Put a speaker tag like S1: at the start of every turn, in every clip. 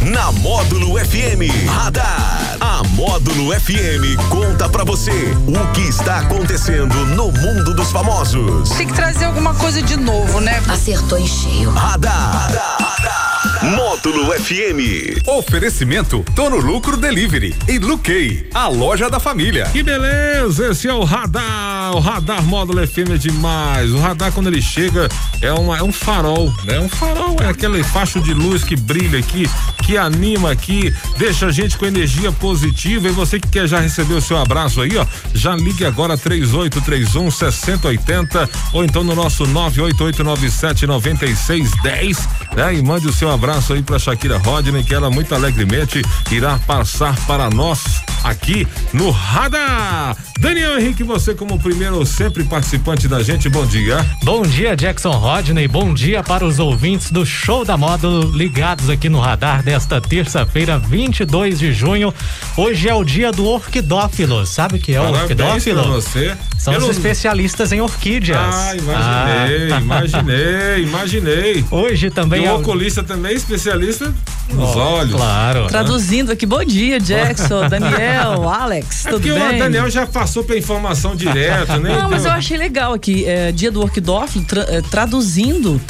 S1: Na Módulo FM Radar. A Módulo FM conta pra você o que está acontecendo no mundo dos famosos.
S2: Tem que trazer alguma coisa de novo, né?
S3: Acertou em cheio.
S1: Radar. Módulo FM.
S4: Oferecimento Tono Lucro Delivery e Luquei, a loja da família.
S5: Que beleza! Esse é o radar. O radar módulo FM é demais. O radar, quando ele chega, é, uma, é um farol, né? Um farol, é aquele facho de luz que brilha aqui, que anima aqui, deixa a gente com energia positiva. E você que quer já receber o seu abraço aí, ó, já ligue agora 3831 6080 um, ou então no nosso 98897 9610, né? E mande o seu abraço aí pra Shakira Rodney, que ela muito alegremente irá passar para nós aqui no Radar. Daniel Henrique, você como primeiro sempre participante da gente, bom dia.
S6: Bom dia, Jackson Rodney. Bom dia para os ouvintes do Show da Módulo ligados aqui no radar desta terça-feira, 22 de junho. Hoje é o dia do orquidófilo. Sabe o que é o
S5: Parabéns pra
S6: orquidófilo?
S5: você.
S6: São
S5: Eu
S6: os
S5: não-
S6: especialistas em orquídeas.
S5: Ah, imaginei,
S6: Ah.
S5: imaginei, imaginei.
S6: Hoje
S5: E
S6: também
S5: o
S6: é
S5: oculista também é especialista nos
S6: Ó,
S5: olhos.
S6: Claro.
S2: Traduzindo aqui, bom dia, Jackson, Daniel, Alex,
S5: É
S2: tudo
S5: porque
S2: bem?
S5: o Daniel já passou pra informação direta, né?
S2: Não, mas eu
S5: Então,
S2: achei legal aqui, é, dia do orquidófilo, tra- é, traduzindo,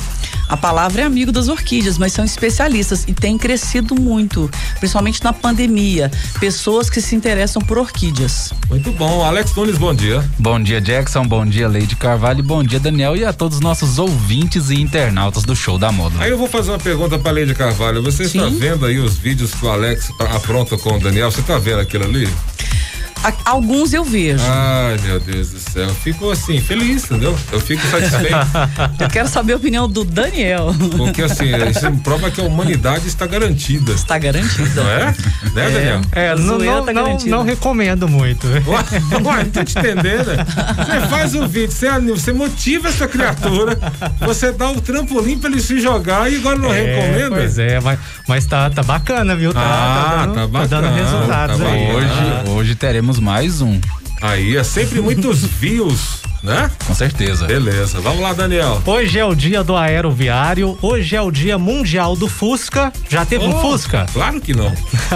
S2: a palavra é amigo das orquídeas, mas são especialistas e tem crescido muito, principalmente na pandemia, pessoas que se interessam por orquídeas.
S5: Muito bom. Alex Nunes, bom dia.
S7: Bom dia, Jackson. Bom dia, Lady Carvalho. Bom dia, Daniel. E a todos os nossos ouvintes e internautas do Show da Moda.
S5: Aí eu vou fazer uma pergunta pra Leide Carvalho. Você está
S2: Sim.
S5: vendo aí os vídeos que o Alex tá, apronta com o Daniel? Você tá vendo aquilo ali?
S2: A- alguns eu vejo.
S5: Ai, meu Deus do céu. Eu fico assim, feliz, entendeu? Eu fico satisfeito.
S2: Eu quero saber a opinião do Daniel.
S5: porque assim, isso prova que a humanidade está garantida.
S2: Está Tá garantida.
S5: Não é? Né, Daniel?
S6: É,
S2: A
S6: não,
S2: zoeira
S6: não,
S2: tá
S6: não,
S2: garantida.
S6: não recomendo muito.
S5: Ué, ué, não tô te entendendo. né? Você faz um vídeo, você, anima, você motiva essa criatura, você dá o trampolim pra ele se jogar e agora não recomenda?
S6: Pois é, mas, mas tá, tá bacana, viu? Tá,
S5: Ah, tá
S6: tá, dando, tá dando
S5: bacana,
S6: resultados
S5: tá
S6: aí.
S5: bom.
S2: Ah.
S7: Hoje, hoje teremos mais um,
S5: Aí é sempre muitos views, né?
S7: com certeza.
S5: Beleza, vamos lá, Daniel.
S6: Hoje é o dia do aeroviário, hoje é o dia mundial do Fusca. Já teve um
S5: Oh,
S6: Fusca?
S5: Claro que não.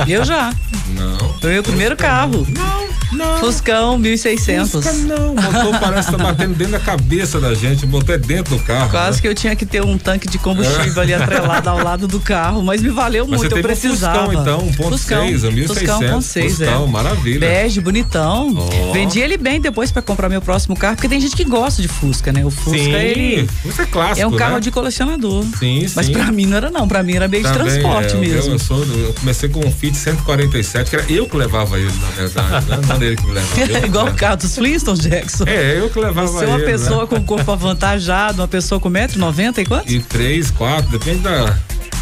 S2: Eu já.
S5: Não.
S2: Foi meu primeiro carro.
S5: Não.
S2: Fuscão 1600.
S5: Fusca não. O motor parece que tá batendo dentro da cabeça da gente. O motor é dentro do carro.
S2: Quase que eu tinha que ter um tanque de combustível ali atrelado ao lado do carro, mas me valeu
S5: Mas
S2: muito,
S5: você
S2: eu
S5: teve um
S2: precisava.
S5: Fuscão, então, 1.6, a 1600.
S2: Fuscão, 1.6,
S5: Fuscão,
S2: é.
S5: maravilha.
S2: Bege, bonitão.
S5: Ó.
S2: Vendi ele bem depois pra comprar meu próximo carro, porque tem gente que gosta de Fusca, né? O Fusca,
S5: Sim,
S2: ele
S5: Fusca é clássico,
S2: é um carro
S5: né?
S2: de colecionador.
S5: Sim,
S2: Mas
S5: sim.
S2: pra mim não era não, pra mim era meio
S5: Também,
S2: de transporte
S5: é, o meu,
S2: mesmo.
S5: Eu, sou, eu comecei com um Fit 147, que era eu que levava ele, na verdade, né? Não era ele que me levava. eu que
S2: É Igual o
S5: levava.
S2: carro dos Flintstones, Jackson.
S5: É, eu que levava
S2: Você é
S5: ele.
S2: uma
S5: né?
S2: pessoa com corpo avantajado, uma pessoa com 1,90m e quanto?
S5: E três, quatro, depende da.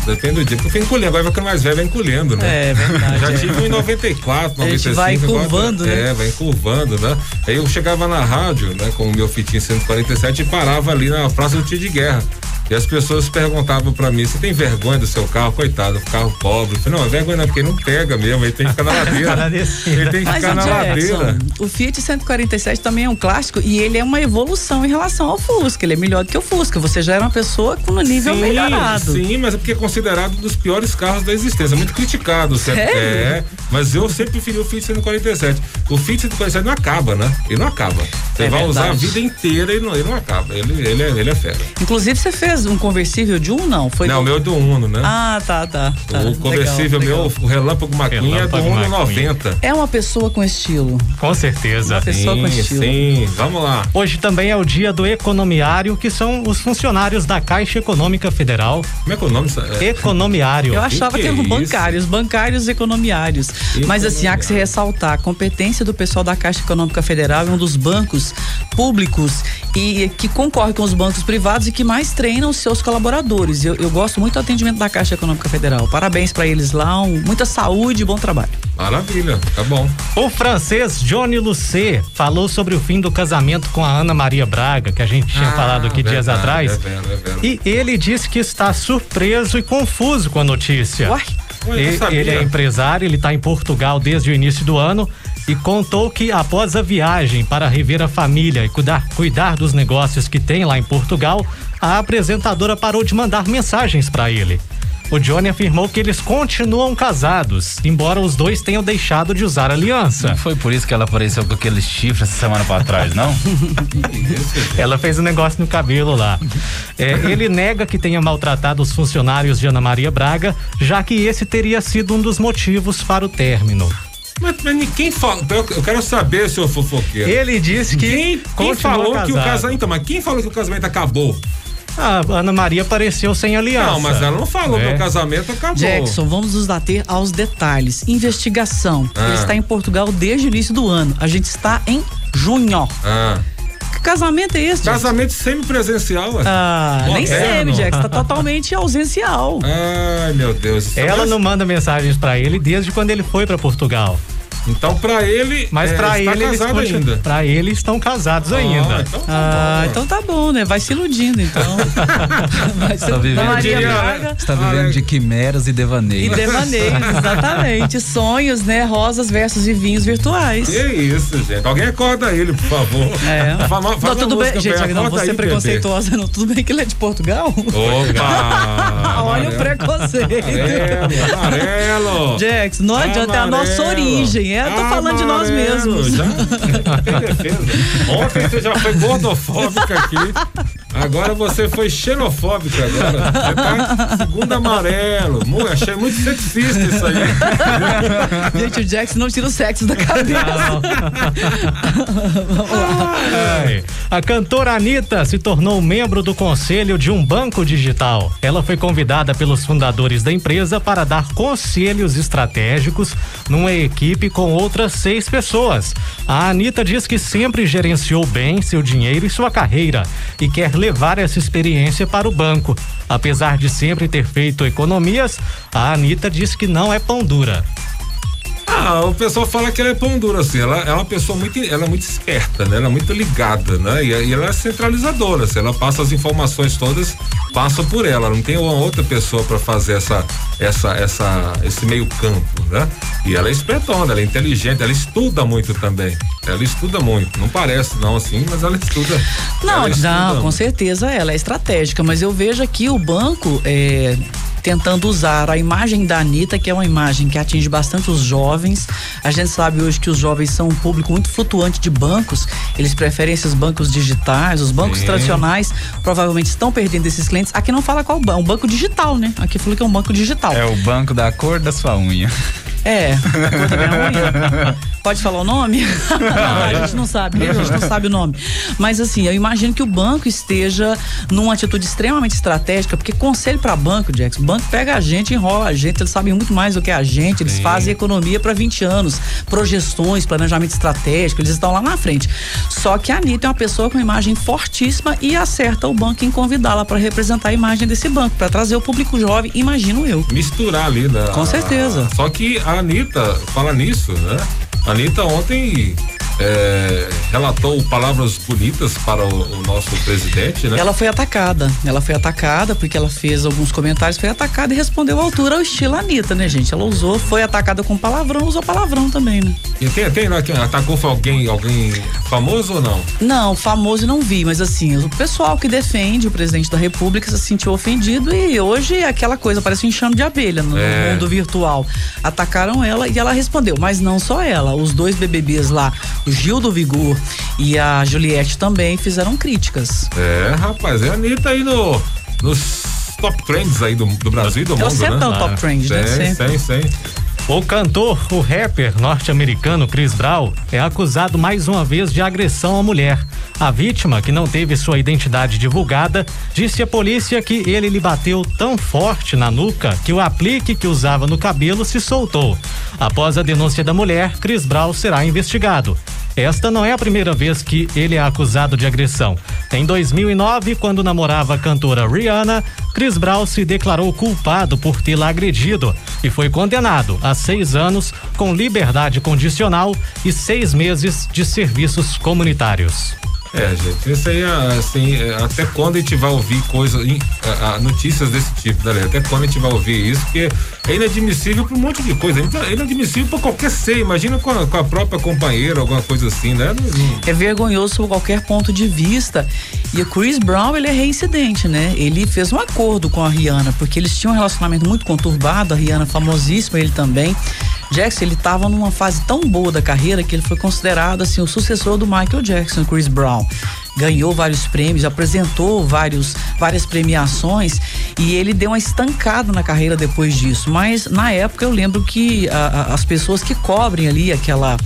S5: Depende do dia. Porque eu fui encolhendo, agora vai ficando mais velho, vai encolhendo, né?
S2: É verdade.
S5: Já
S2: é.
S5: tive um em 94, 95.
S2: A gente vai
S5: agora-
S2: curvando, né?
S5: É, vai curvando, né? Aí eu chegava na rádio, né, com o meu fitinho 147 e parava ali na Praça do Tio de Guerra. E as pessoas perguntavam pra mim, você tem vergonha do seu carro? Coitado, um carro pobre. Eu falei, não, é vergonha não, porque não pega mesmo, ele tem que ficar na
S6: Tá
S5: ladeira.
S6: descendo.
S5: ele tem que
S2: Mas
S5: ficar
S2: o
S5: na
S2: Jackson,
S5: ladeira.
S2: o Fiat 147 também é um clássico e ele é uma evolução em relação ao Fusca. Ele é melhor do que o Fusca. Você já era uma pessoa com um nível melhorado.
S5: Sim, mas é porque é considerado um dos piores carros da existência. É Muito criticado, certo?
S2: Sério?
S5: É, mas eu sempre preferi o Fiat 147. O Fiat 147 não acaba, né? Ele não acaba. Você
S2: É
S5: vai usar a
S2: verdade.
S5: vida inteira e não, ele não acaba. Ele, ele, é, ele é fera.
S2: Inclusive, você fez um conversível de um, não? Foi
S5: não, o
S2: do-
S5: meu é do Uno, né?
S2: Ah, tá, tá. tá.
S5: o conversível
S2: Legal, legal.
S5: meu, o Relâmpago Maquinha, é do
S6: Relâmpago
S5: Uno
S6: Maquinha.
S5: 90.
S2: É uma pessoa com estilo.
S6: Com certeza.
S2: Pessoa com
S5: sim,
S2: estilo.
S5: sim. Vamos lá.
S6: Hoje também é o dia do economiário, que são os funcionários da Caixa Econômica Federal.
S5: Como é que é o nome dessa- é,
S6: Economiário.
S2: Eu achava
S5: que
S2: que,
S5: é
S2: eram
S5: isso?
S2: bancários, bancários e economiários. Mas assim, há que se ressaltar, a competência do pessoal da Caixa Econômica Federal é um dos bancos públicos e que concorre com os bancos privados e que mais treinam os seus colaboradores. Eu, eu gosto muito do atendimento da Caixa Econômica Federal. Parabéns para eles lá, um- muita saúde e bom trabalho.
S5: Maravilha, tá bom.
S6: O francês Johnny Lucet falou sobre o fim do casamento com a Ana Maria Braga, que a gente tinha falado aqui dias
S5: Ah, Verdade,
S6: atrás.
S5: É vero, é vero.
S6: E ele disse que está surpreso e confuso com a
S5: É.
S6: notícia.
S2: Uai.
S5: Ué, eu não
S6: E-
S5: sabia.
S6: ele é empresário, ele está em Portugal desde o início do ano e contou que após a viagem para rever a família e cuidar, cuidar dos negócios que tem lá em Portugal, a apresentadora parou de mandar mensagens para ele. o Johnny afirmou que eles continuam casados, embora os dois tenham deixado de usar a aliança.
S7: Não foi por isso que ela apareceu com aquele chifre essa semana pra trás, não?
S6: Ela fez um negócio no cabelo lá. É, ele nega que tenha maltratado os funcionários de Ana Maria Braga, já que esse teria sido um dos motivos para o término.
S5: Mas, mas ninguém fala. Eu, eu quero saber, seu fofoqueiro.
S6: Ele disse que
S5: Quem, quem
S6: continua
S5: falou que o
S6: casado.
S5: casamento. Então, mas quem falou que o casamento acabou?
S6: Ah, A Ana Maria apareceu sem aliança. É.
S5: Não, mas ela não falou
S6: né?
S5: que é o casamento acabou.
S2: Jackson, vamos nos ater aos detalhes. Investigação.
S5: Ah.
S2: Ele está em Portugal desde o início do ano. A gente está em junho.
S5: Ah.
S2: Que casamento é esse? Jackson?
S5: Casamento semipresencial. ué. é,
S2: Ah, nem
S5: Moderno.
S2: semi, Jackson. Tá totalmente ausencial.
S5: Ai, meu Deus. Então,
S6: Ela
S5: mas-
S6: não manda mensagens pra ele desde quando ele foi pra Portugal.
S5: Então, pra ele.
S6: É. Mas
S5: é,
S6: pra
S5: está
S6: ele eles
S5: casado
S6: continu-
S5: ainda.
S6: pra ele estão casados
S5: Ah,
S6: ainda.
S5: então tá
S2: Ah,
S5: bom, ué.
S2: então tá bom, né? Vai se iludindo, então. Vai se
S7: Tá vivendo
S2: Ana
S7: de-
S2: Maria
S5: diria,
S2: Braga.
S7: Você tá vivendo de quimeras e
S2: E
S7: devaneios.
S2: devaneios, exatamente. Sonhos, né? Rosas versus e vinhos virtuais.
S5: Que isso, gente. Alguém acorda ele, por favor.
S2: É.
S5: Fa- faz uma
S2: não, tudo bem,
S5: música pra
S2: gente,
S5: ele.
S2: não é
S5: Acorda
S2: vou ser
S5: aí,
S2: preconceituosa, não. Tudo bem que ele é de Portugal?
S5: bebê. Opa!
S2: Olha o preconceito.
S5: Amarelo, É. amarelo.
S2: Jackson, não adianta, é a nossa
S5: Amarelo.
S2: origem. É, eu tô falando de nós
S5: Amarelo,
S2: mesmos.
S5: Já? Tem defesa. Ontem você já foi gordofóbica aqui. Agora você foi xenofóbica agora. Você tá segundo amarelo. Mu, achei muito sexista isso aí.
S2: Gente, o Jackson não tira o sexo da cabeça.
S6: Ai. A cantora Anitta se tornou membro do conselho de um banco digital. Ela foi convidada pelos fundadores da empresa para dar conselhos estratégicos numa equipe com outras seis pessoas. A Anitta diz que sempre gerenciou bem seu dinheiro e sua carreira e quer levar essa experiência para o banco. Apesar de sempre ter feito economias, a Anitta diz que não é pão dura.
S5: Ah, o pessoal fala que ela é pão dura, assim. Ela, ela é uma pessoa muito, ela é muito esperta, né? Ela é muito ligada, né? E, e ela é centralizadora, assim. Ela passa as informações todas, passa por ela. Não tem uma outra pessoa para fazer essa, essa, essa, esse meio campo, né? E ela é espertona, ela é inteligente, ela estuda muito também. Ela estuda muito. Não parece, não, assim, mas ela estuda.
S2: Não,
S5: ela é assim, estuda
S2: não, com
S5: muito.
S2: certeza ela é estratégica, mas eu vejo aqui o banco é, tentando usar a imagem da Anitta, que é uma imagem que atinge bastante os jovens. A gente sabe hoje que os jovens são um público muito flutuante de bancos, eles preferem esses bancos digitais, os bancos
S5: Sim.
S2: tradicionais provavelmente estão perdendo esses clientes. Aqui não fala qual banco, é um banco digital, né? Aqui falou que é um banco digital.
S7: É o banco da cor da sua unha.
S2: É, cor da minha unha. Pode falar o nome? Não, a gente não sabe, né? a gente não sabe o nome. Mas assim, eu imagino que o banco esteja numa atitude extremamente estratégica, porque conselho para banco, Jackson, o banco pega a gente, enrola a gente, eles sabem muito mais do que a gente, eles fazem economia para 20 anos, projeções, planejamento estratégico, eles estão lá na frente. Só que a Anitta é uma pessoa com uma imagem fortíssima e acerta o banco em convidá-la para representar a imagem desse banco, para trazer o público jovem, imagino eu.
S5: misturar ali, né?
S2: Com certeza.
S5: Só que a Anitta fala nisso, né? A Anitta ontem é, relatou palavras bonitas para o, o nosso presidente, né?
S2: Ela foi atacada. Ela foi atacada porque ela fez alguns comentários, foi atacada e respondeu à altura ao estilo Anitta, né, gente? Ela usou, foi atacada com palavrão, usou palavrão também, né?
S5: E tem, tem lá que atacou foi alguém, alguém famoso ou não?
S2: Não, famoso não vi, mas assim, o pessoal que defende o presidente da República se sentiu ofendido e hoje é aquela coisa, parece um enxame de abelha no
S5: É.
S2: mundo virtual. Atacaram ela e ela respondeu, mas não só ela, os dois BBBs lá, o Gil do Vigor e a Juliette também fizeram críticas.
S5: É, rapaz, é a Anitta aí no, nos top trends aí do, do Brasil e do
S2: Eu
S5: mundo,
S2: sempre é
S5: né?
S2: o top trend, né?
S5: Tem,
S2: Sempre.
S5: tem, tem.
S6: O cantor, o rapper norte-americano Chris Brown é acusado mais uma vez de agressão à mulher. A vítima, que não teve sua identidade divulgada, disse à polícia que ele lhe bateu tão forte na nuca que o aplique que usava no cabelo se soltou. Após a denúncia da mulher, Chris Brown será investigado. Esta não é a primeira vez que ele é acusado de agressão. Em 2009, quando namorava a cantora Rihanna, Chris Brown se declarou culpado por tê-la agredido e foi condenado a seis anos com liberdade condicional e seis meses de serviços comunitários.
S5: É, gente, isso aí, assim, é, até quando a gente vai ouvir coisas, em- a- a- notícias desse tipo, né, Lê? Até quando a gente vai ouvir isso, porque é inadmissível pra um monte de coisa, é inadmissível pra qualquer ser, imagina com a, com a própria companheira, alguma coisa assim, né? Não- não-
S2: é vergonhoso sob qualquer ponto de vista. E o Chris Brown, ele é reincidente, né? Ele fez um acordo com a Rihanna, porque eles tinham um relacionamento muito conturbado, a Rihanna famosíssima, ele também. Jackson, ele estava numa fase tão boa da carreira que ele foi considerado assim o sucessor do Michael Jackson, Chris Brown. Ganhou vários prêmios, apresentou vários, várias premiações e ele deu uma estancada na carreira depois disso. Mas na época eu lembro que a- a- as pessoas que cobrem ali aquela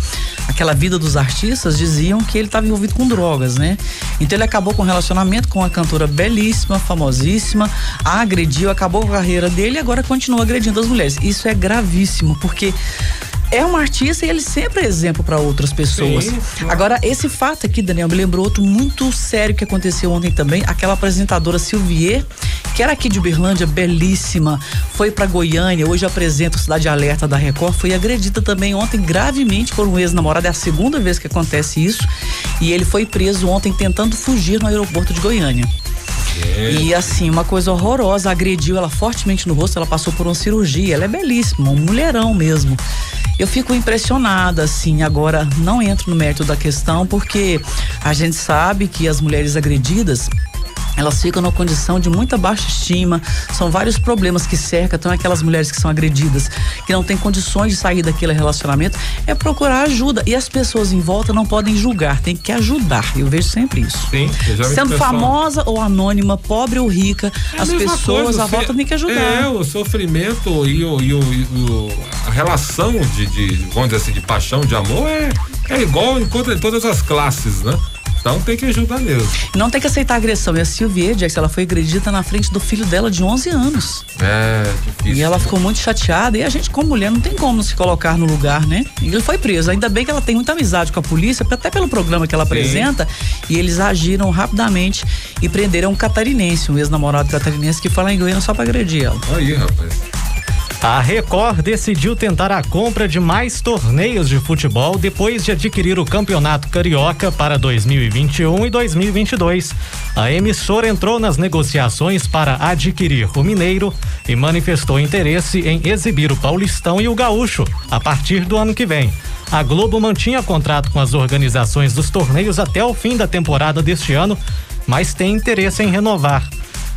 S2: aquela vida dos artistas diziam que ele estava envolvido com drogas, né? Então ele acabou com um relacionamento com uma cantora belíssima, famosíssima, a agrediu, acabou com a carreira dele e agora continua agredindo as mulheres. Isso é gravíssimo, porque é um artista e ele sempre é exemplo para outras pessoas.
S5: Sim,
S2: Agora, esse fato aqui, Daniel, me lembrou outro muito sério que aconteceu ontem também. Aquela apresentadora Silvier, que era aqui de Uberlândia, belíssima, foi pra Goiânia, hoje apresenta o Cidade Alerta da Record, foi agredida também ontem gravemente por um ex-namorado. É a segunda vez que acontece isso. E ele foi preso ontem tentando fugir no aeroporto de Goiânia. E assim, uma coisa horrorosa, agrediu ela fortemente no rosto, ela passou por uma cirurgia, ela é belíssima, um mulherão mesmo. Eu fico impressionada, assim, agora não entro no mérito da questão, porque a gente sabe que as mulheres agredidas. Elas ficam numa condição de muita baixa estima, são vários problemas que cercam, então aquelas mulheres que são agredidas, que não têm condições de sair daquele relacionamento, é procurar ajuda. E as pessoas em volta não podem julgar, tem que ajudar. Eu vejo sempre isso.
S5: Sim, eu já vi
S2: Sendo
S5: pessoal-
S2: famosa ou anônima, pobre ou rica,
S5: É a
S2: as
S5: mesma
S2: pessoas
S5: coisa,
S2: à
S5: se-
S2: volta têm que ajudar.
S5: É, o sofrimento e, o, e, o- e o- a relação de, de, vamos dizer assim, de paixão, de amor é, é igual em, conta- em todas as classes, né? Então tem que ajudar mesmo.
S2: Não tem que aceitar agressão. E a Silvia Jackson, ela foi agredida na frente do filho dela de 11 anos.
S5: É, difícil.
S2: E ela ficou muito chateada. E a gente, como mulher, não tem como se colocar no lugar, né? E ele foi preso. Ainda bem que ela tem muita amizade com a polícia, até pelo programa que ela apresenta. E eles agiram rapidamente e prenderam um catarinense, um ex-namorado catarinense, que foi lá em Goiânia só pra agredir ela.
S5: Aí, rapaz.
S6: A Record decidiu tentar a compra de mais torneios de futebol depois de adquirir o Campeonato Carioca para 2021 e 2022. A emissora entrou nas negociações para adquirir o Mineiro e manifestou interesse em exibir o Paulistão e o Gaúcho a partir do ano que vem. A Globo mantinha contrato com as organizações dos torneios até o fim da temporada deste ano, mas tem interesse em renovar.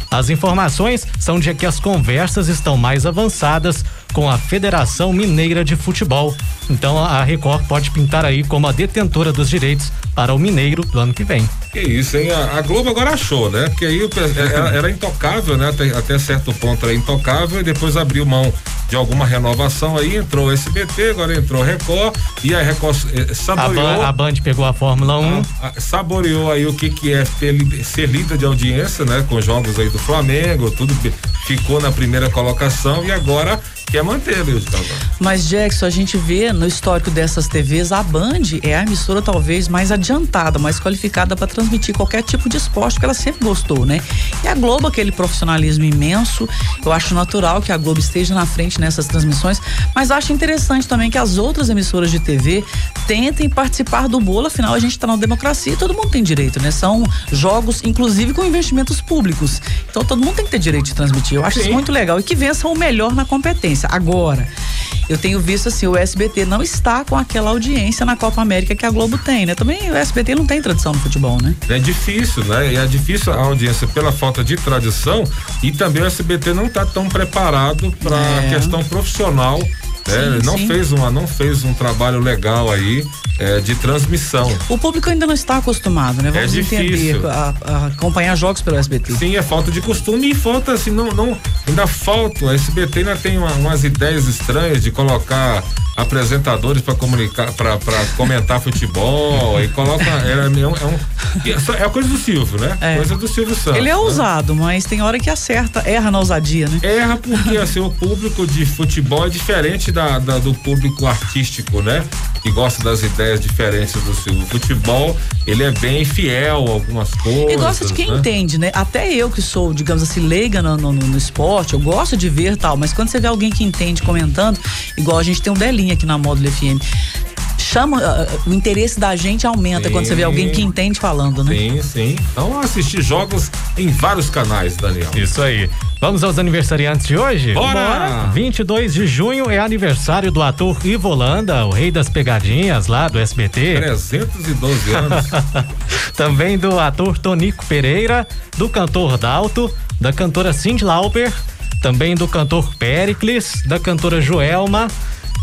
S6: As informações são de que as conversas estão mais avançadas com a Federação Mineira de Futebol. Então a Record pode pintar aí como a detentora dos direitos para o Mineiro do ano que vem.
S5: Que isso, hein? A, a Globo agora achou, né? Porque aí o pe- é- era, era intocável, né? Até, até certo ponto era intocável e depois abriu mão de alguma renovação aí, entrou o SBT, agora entrou a Record e a Record eh,
S6: A,
S5: saboreou.
S6: Ban- a Band pegou a Fórmula 1.
S5: Ah, saboreou aí o que que é ter li- ser líder de audiência, né? Com jogos aí do Flamengo, tudo be- ficou na primeira colocação e agora quer manter, viu, Gustavo?
S2: Mas, Jackson, a gente vê no histórico dessas TVs, a Band é a emissora talvez mais adiantada, mais qualificada para transmitir qualquer tipo de esporte que ela sempre gostou, né? E a Globo, aquele profissionalismo imenso, eu acho natural que a Globo esteja na frente nessas transmissões, mas acho interessante também que as outras emissoras de TV tentem participar do bolo, afinal a gente está na democracia e todo mundo tem direito, né? São jogos, inclusive com investimentos públicos. Então todo mundo tem que ter direito de transmitir. Eu acho isso muito legal e que vençam o melhor na competência. Agora. Eu tenho visto assim, o SBT não está com aquela audiência na Copa América que a Globo tem, né? Também o SBT não tem tradição no futebol, né?
S5: É difícil, né? E é difícil a audiência pela falta de tradição e também o SBT não tá tão preparado para a
S2: É.
S5: questão profissional. né?
S2: Sim,
S5: não
S2: sim.
S5: fez uma, não fez um trabalho legal aí eh, de transmissão.
S2: O público ainda não está acostumado, né? Vamos
S5: É difícil.
S2: entender, a- a acompanhar jogos pelo SBT.
S5: Sim, é falta de costume e falta assim, não, não, ainda falta, o SBT ainda tem uma- umas ideias estranhas de colocar apresentadores para comunicar, para comentar futebol e coloca, era, é um, é, um- e é só- é a coisa do Silvio, né?
S2: É.
S5: Coisa do Silvio Santos.
S2: Ele é
S5: né?
S2: ousado, mas tem hora que acerta, erra na ousadia, né?
S5: Erra porque assim, o público de futebol é diferente da, da- do público artístico, né? Que gosta das ideias diferentes do Silvio. O futebol, ele é bem fiel a algumas coisas.
S2: E gosta de quem
S5: né?
S2: entende, né? Até eu que sou, digamos assim, leiga no, no- no esporte, eu gosto de ver tal, mas quando você vê alguém que entende comentando, igual a gente tem um Delinha aqui na Módulo FM. chama, ah, o interesse da gente aumenta quando você vê
S5: Sim.
S2: alguém que entende falando, né?
S5: Sim, sim. Então assistir jogos em vários canais, Daniel.
S6: Isso aí. Vamos aos aniversariantes de hoje?
S5: Bora!
S6: 22 de junho é aniversário do ator Ivo Holanda, o rei das pegadinhas lá do SBT.
S5: 312 anos.
S6: Também do ator Tonico Pereira, do cantor Dalto, da cantora Cindy Lauper, também do cantor Pericles, da cantora Joelma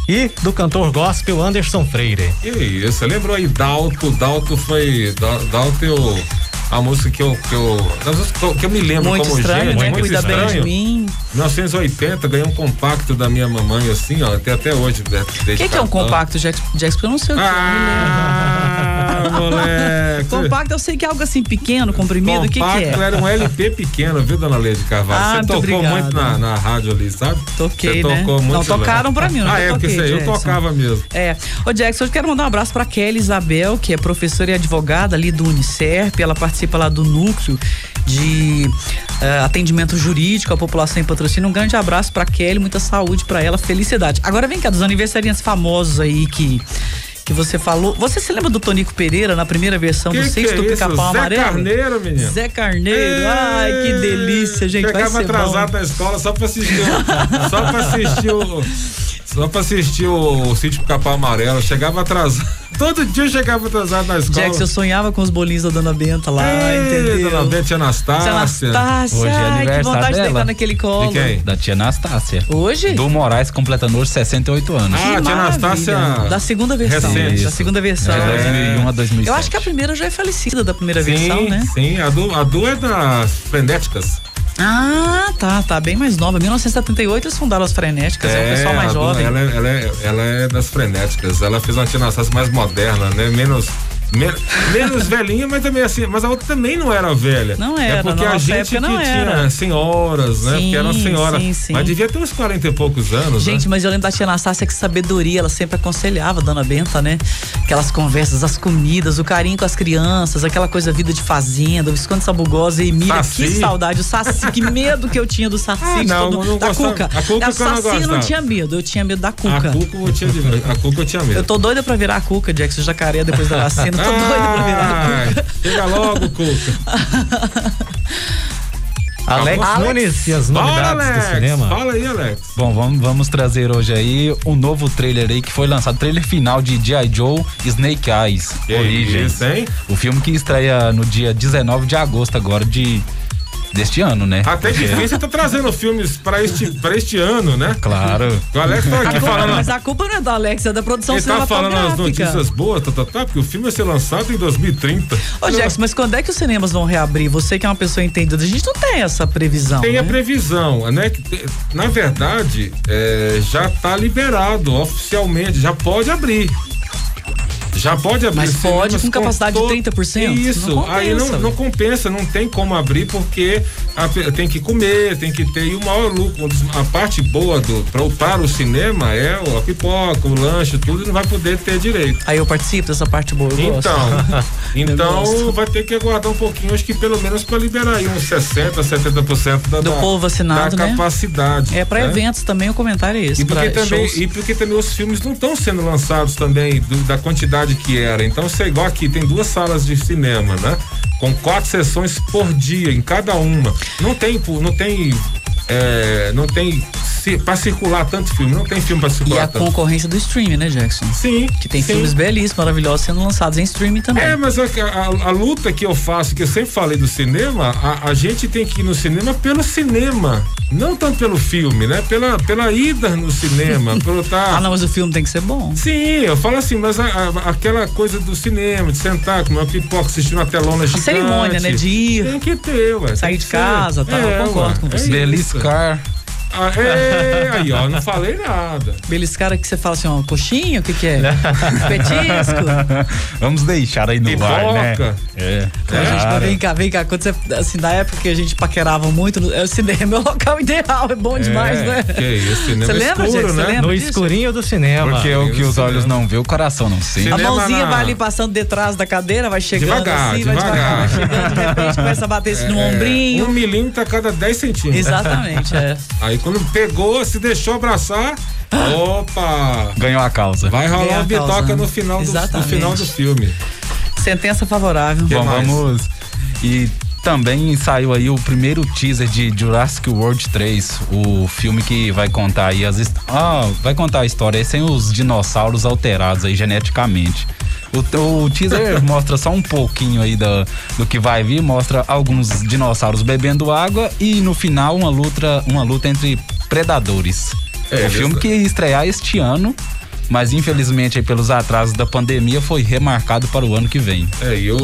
S6: e do cantor gospel Anderson Freire.
S5: E aí, você lembrou aí Dalto? Dalto foi. Dal- Dalto eu. A música que eu. Que eu, das músicas que eu- que eu me lembro
S2: Muito
S5: como
S2: estranho,
S5: gente,
S2: né?
S5: muito
S2: Cuida bem de
S5: estranho.
S2: mim.
S5: 1980, ganhei um compacto da minha mamãe, assim, ó, até, até hoje.
S2: O que, que é um compacto, Jax? Jax, porque eu não sei o que. é
S5: Ah, moleque!
S2: Compacto, eu sei que é algo assim pequeno, comprimido, o que, que é?
S5: Compacto era um LP pequeno, viu, dona Leide Carvalho?
S2: Ah,
S5: você
S2: muito
S5: tocou
S2: obrigada.
S5: muito na, na rádio ali, sabe?
S2: Toquei,
S5: Você
S2: né?
S5: tocou muito.
S2: Não, tocaram
S5: lá.
S2: pra mim, eu
S5: Ah,
S2: nunca
S5: é, porque
S2: toquei,
S5: você- eu
S2: Jackson.
S5: tocava mesmo.
S2: É. Ô, Jackson, hoje quero mandar um abraço pra Kelly Isabel, que é professora e advogada ali do Unicerp. Ela participa lá do núcleo de eh, atendimento jurídico à população em patrocínio. Um grande abraço pra Kelly, muita saúde pra ela, felicidade. Agora vem cá, dos aniversariantes famosos aí que. Que você falou. Você se lembra do Tonico Pereira na primeira versão
S5: Que
S2: do
S5: que
S2: Sexto
S5: é isso?
S2: Pica-Pau
S5: Zé
S2: Amarelo?
S5: Carneiro, menino.
S2: Zé Carneiro. Ai, que delícia, gente. Vai
S5: Ficava
S2: ser bom.
S5: atrasado na escola só pra assistir. o- só pra assistir o. Só pra assistir o sítio Capão Amarelo. Chegava atrasado. Todo dia eu chegava atrasado na escola.
S2: Jackson, eu sonhava com os bolinhos da Dona Benta lá,
S5: Ei,
S2: entendeu?
S5: Dona Bete
S2: Tia
S5: Anastácia.
S2: Anastácia,
S7: Hoje é
S2: ai, que
S7: aniversário
S2: vontade de
S7: dela.
S2: deitar naquele colo.
S5: De quem?
S7: Da tia Anastácia.
S2: Hoje?
S7: Do Moraes completando hoje 68 anos.
S5: Ah, tia
S2: maravilha.
S5: Anastácia
S2: Da segunda versão.
S5: recente.
S2: Da segunda versão.
S7: De
S5: É.
S7: 2001 a 2007.
S2: Eu acho que a primeira já é falecida da primeira versão,
S5: Sim,
S2: né?
S5: sim. A do, a do é das Frenéticas.
S2: Ah, tá, tá. Bem mais nova. 1978 eles fundaram as Frenéticas, é o pessoal
S5: a
S2: mais
S5: do-
S2: jovem.
S5: Ela, é- ela é- ela é das frenéticas. Ela fez uma Tina Anastácia mais moderna, né? Menos. men- Menos velhinha, mas também assim. Mas a outra também não era velha.
S2: Não
S5: É
S2: era,
S5: porque
S2: na
S5: a
S2: nossa
S5: gente que
S2: época não era.
S5: tinha senhoras, né?
S2: Sim,
S5: porque era senhora.
S2: sim, sim.
S5: Mas devia ter uns 40 e poucos anos. né?
S2: Gente, mas eu lembro da tia Anastácia que sabedoria, ela sempre aconselhava a dona Benta, né? Aquelas conversas, as comidas, o carinho com as crianças, aquela coisa vida de fazenda, o Visconde Sabugosa e Emília.
S5: Saci.
S2: Que saudade, o Saci, que medo que eu tinha do Saci,
S5: Ah,
S2: de
S5: não,
S2: todo-
S5: não
S2: da
S5: gostava.
S2: Cuca.
S5: A Cuca
S2: da
S5: que eu não
S2: Saci eu não
S5: gostava.
S2: tinha medo, eu tinha medo da
S5: a
S2: Cuca.
S5: Cuca eu tinha, de- a Cuca eu tinha medo.
S2: Eu tô doida pra virar a Cuca, Jackson Jacaré, depois da vacina, tô doida pra virar a Cuca.
S5: Ah, chega logo, Cuca.
S6: Alex,
S5: Alex.
S6: Nunes e as
S5: Fala,
S6: novidades do
S5: Alex.
S6: cinema.
S5: Fala aí, Alex.
S7: Bom, vamos, vamos trazer hoje aí um novo trailer aí que foi lançado, trailer final de G.I. Joe Snake Eyes
S5: Que
S7: Origins.
S5: isso, hein?
S7: O filme que estreia no dia 19 de agosto agora de deste ano, né?
S5: Até que enfim, você tá trazendo filmes pra este, pra este ano, né?
S7: Claro.
S5: O Alex tá aqui
S2: A culpa-
S5: falando.
S2: mas a culpa não é da Alex, é da produção
S5: Ele tá falando
S2: cinematográfica.
S5: as notícias boas, tá, tá, tá, porque o filme vai ser lançado em 2030.
S2: Ô, Jackson, mas quando é que os cinemas vão reabrir? Você que é uma pessoa entendida, a gente não tem essa previsão.
S5: Tem a
S2: né?
S5: previsão, né? que te- Na verdade, é, já tá liberado oficialmente, já pode abrir. Já pode abrir.
S2: Mas
S5: os
S2: pode
S5: cinemas
S2: com capacidade de 30%?
S5: Isso,
S2: Não
S5: aí não,
S2: compensa.
S5: não compensa, não tem como abrir porque a pe- tem que comer, tem que ter. E o maior lucro, um dos- a parte boa do, pra, o- para o cinema é o- a pipoca, o lanche, tudo, e não vai poder ter direito.
S2: Aí eu participo dessa parte boa, eu gosto.
S5: Então, então
S2: gosto.
S5: vai ter que aguardar um pouquinho, acho que pelo menos para liberar aí uns 60%, 70% da,
S2: Do
S5: da-
S2: povo vacinado,
S5: da
S2: né?
S5: capacidade.
S2: É pra
S5: né?
S2: eventos também, o comentário é esse.
S5: E porque,
S2: pra
S5: também,
S2: shows.
S5: e porque também os filmes não estão sendo lançados também do- da quantidade que era. Então, você é igual aqui, tem duas salas de cinema, né? Com quatro sessões por dia em cada uma. Não tem, pu- não tem, é, não tem para circular tanto filme, não tem filme para
S2: E
S5: circular
S2: a
S5: tanto.
S2: concorrência do streaming, né, Jackson?
S5: Sim.
S2: Que tem
S5: sim.
S2: filmes belíssimos, maravilhosos sendo lançados em streaming também.
S5: É, mas a, a- a luta que eu faço, que eu sempre falei do cinema, a, a gente tem que ir no cinema pelo cinema, não tanto pelo filme, né? Pela, pela ida no cinema, pelo tá.
S2: Ah, não, mas o filme tem que ser bom.
S5: Sim, eu falo assim, mas a- a- aquela coisa do cinema, de sentar, comer uma pipoca, assistir uma telona gigante.
S2: cerimônia, né, de ir,
S5: Tem que ter, ué. tem
S2: sair
S5: que
S2: de
S5: ser. É,
S2: casa, tá, eu concordo com você.
S5: isso.
S7: Beliscar.
S5: Ah, é, aí, ó, não falei nada.
S2: Beliscar é que você fala assim, ó, coxinha, o que que é? Petisco?
S7: Vamos deixar aí no
S5: Pipoca.
S7: ar, né? É.
S2: Ô, gente, mas
S7: claro.
S2: vem cá, vem cá. Quando você, assim, da época que a gente paquerava muito, no- é, o cinema é o local ideal, é bom demais,
S5: É,
S2: né?
S5: Que isso, cinema
S2: Você lembra,
S5: escuro,
S2: gente? Você
S5: né?
S2: lembra?
S6: No
S2: disso?
S6: escurinho do cinema.
S7: Porque
S5: Ah,
S7: o que
S5: isso
S7: os olhos
S5: mesmo.
S7: não vê, o coração não sente.
S2: A
S5: Cinema
S2: mãozinha
S5: na-
S2: vai ali passando detrás da cadeira, vai chegando
S5: Devagar,
S2: assim, vai devagar, vai
S5: devagar.
S2: chegando, de repente começa a bater esse no
S5: É, Um
S2: ombrinho.
S5: milímetro a cada 10 centímetros.
S2: Exatamente, é.
S5: Aí quando pegou, se deixou abraçar, Opa!
S7: Ganhou a causa.
S5: Vai rolar
S2: Ganhar
S5: uma
S2: a causa,
S5: bitoca
S2: né?
S5: no final do, no
S2: Exatamente.
S5: final do filme.
S2: Sentença favorável.
S5: Que
S7: Bom,
S5: mais?
S7: vamos. E também saiu aí o primeiro teaser de Jurassic World 3, o filme que vai contar aí as his- ah, vai contar a história aí sem os dinossauros alterados aí geneticamente. O, t- o teaser mostra só um pouquinho aí da- do que vai vir, mostra alguns dinossauros bebendo água e no final uma luta, uma luta entre predadores.
S5: É,
S7: o filme
S5: eles-
S7: que ia estrear este ano, mas infelizmente aí pelos atrasos da pandemia foi remarcado para o ano que vem.
S5: É, e o,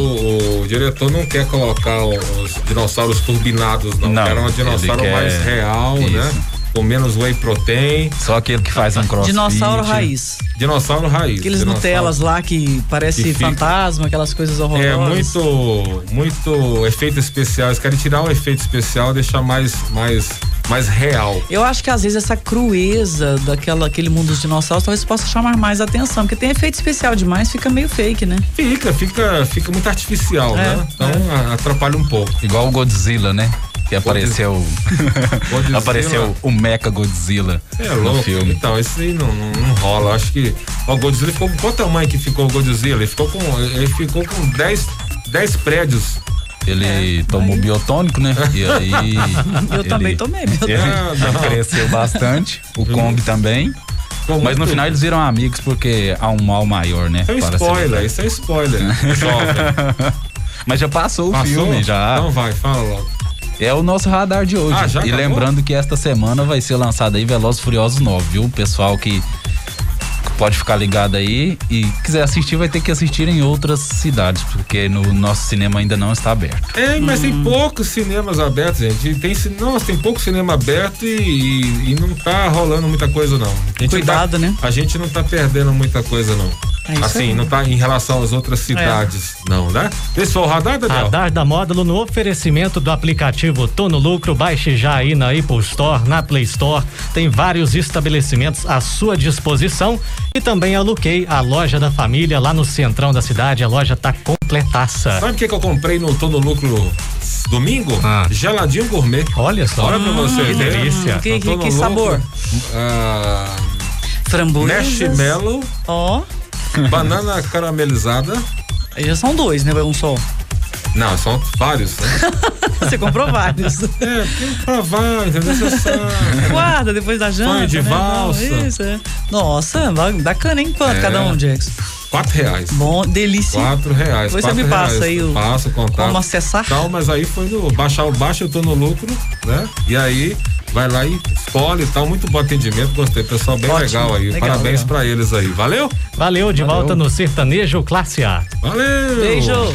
S5: o diretor não quer colocar os dinossauros turbinados, não.
S7: Não,
S5: Quer um
S7: ele
S5: dinossauro
S7: quer-
S5: mais real,
S7: Isso.
S5: né? Com menos whey protein.
S7: Só aquele que faz um crossfit.
S2: Dinossauro raiz.
S5: Dinossauro raiz.
S2: Aqueles
S5: dinossauro.
S2: Nutellas lá que parece
S5: Que fica-
S2: fantasma, aquelas coisas horrorosas.
S5: É, muito, muito efeito especial. Eles querem tirar o efeito especial e deixar mais, mais, mais real.
S2: Eu acho que às vezes essa crueza daquela, aquele mundo dos dinossauros talvez possa chamar mais atenção, porque tem efeito especial demais, fica meio fake, né?
S5: Fica, fica, fica muito artificial,
S2: É,
S5: né? Então a- atrapalha um pouco.
S7: Igual o Godzilla, né? Que apareceu.
S5: Godzilla.
S7: apareceu o Mecha Godzilla
S5: É
S7: no
S5: louco.
S7: filme.
S5: Então, isso aí não, não, não rola. Acho que. Ó, o Godzilla ficou. Qual o tamanho que ficou o Godzilla? Ele ficou com. Ele ficou com 10, 10 prédios.
S7: Ele
S2: É.
S7: tomou biotônico, né? E aí.
S2: Eu
S7: ele-
S2: também tomei. meu
S7: Ele
S2: Deus.
S5: Ah, não. Uhum.
S7: cresceu bastante. O Kong também.
S5: Ficou
S7: Mas no
S5: muito-
S7: final eles viram amigos porque há um mal maior, né?
S5: Isso é um
S7: Para ser
S5: spoiler,
S7: verdade.
S5: isso é spoiler. Jovem.
S7: Mas já passou o
S5: Passou?
S7: filme, já.
S5: Então vai, fala logo.
S7: É o nosso radar de hoje.
S5: Ah, já
S7: e
S5: acabou?
S7: lembrando que esta semana vai ser lançado aí Velozes e Furiosos 9, viu? O pessoal que pode ficar ligado aí e quiser assistir vai ter que assistir em outras cidades, porque no nosso cinema ainda não está aberto.
S5: É, mas tem
S7: Hum.
S5: poucos cinemas abertos, gente. E Tem, ci- nossa, tem pouco cinema aberto e, e- e não tá rolando muita coisa, não. A gente
S2: Cuidado,
S5: tá-
S2: né?
S5: A gente não tá perdendo muita coisa, não.
S2: É isso
S5: assim,
S2: aí. É.
S5: não tá em relação às outras cidades, não, né? Esse foi o radar, Daniel?
S6: Radar da Módulo no oferecimento do aplicativo Tô no Lucro. Baixe já aí na Apple Store, na Play Store. Tem vários estabelecimentos à sua disposição. E também a Luquei, a loja da família, lá no centrão da cidade. A loja tá completaça.
S5: Sabe o que, que eu comprei no Tô no Lucro domingo?
S6: Ah.
S5: Geladinho gourmet.
S6: Olha só.
S5: Olha pra você,
S6: que
S5: né?
S6: delícia.
S2: Ah, Que-
S5: Eu tô
S2: que-
S5: no
S2: que sabor?
S5: Ah,
S2: Framboesa.
S5: marshmallow,
S2: Ó,
S5: banana caramelizada.
S2: aí já são dois, né? Um só.
S5: Não, são vários, né?
S2: Você comprou vários.
S5: É, porque pra vai, entendeu? Você sabe.
S2: Guarda depois da janta.
S5: Pão de
S2: né?
S5: valsa.
S2: Não, isso, é. Nossa, ba- bacana, hein? Quanto
S5: É.
S2: cada um, Jackson?
S5: Quatro reais.
S2: Bom, delícia.
S5: Quatro reais.
S2: Depois você
S5: quatro
S2: me passa
S5: reais.
S2: aí o-
S5: Passa o contato.
S2: Como acessar?
S5: Tal, mas aí foi no baixar o baixo, eu tô no lucro, né? E aí vai lá e escolhe e tal. Muito bom atendimento, gostei. Pessoal bem
S2: Ótimo,
S5: legal aí.
S2: legal,
S5: Parabéns
S2: legal.
S5: pra eles aí. Valeu?
S6: Valeu, de volta no Sertanejo Classe A.
S5: Valeu!
S2: Beijo.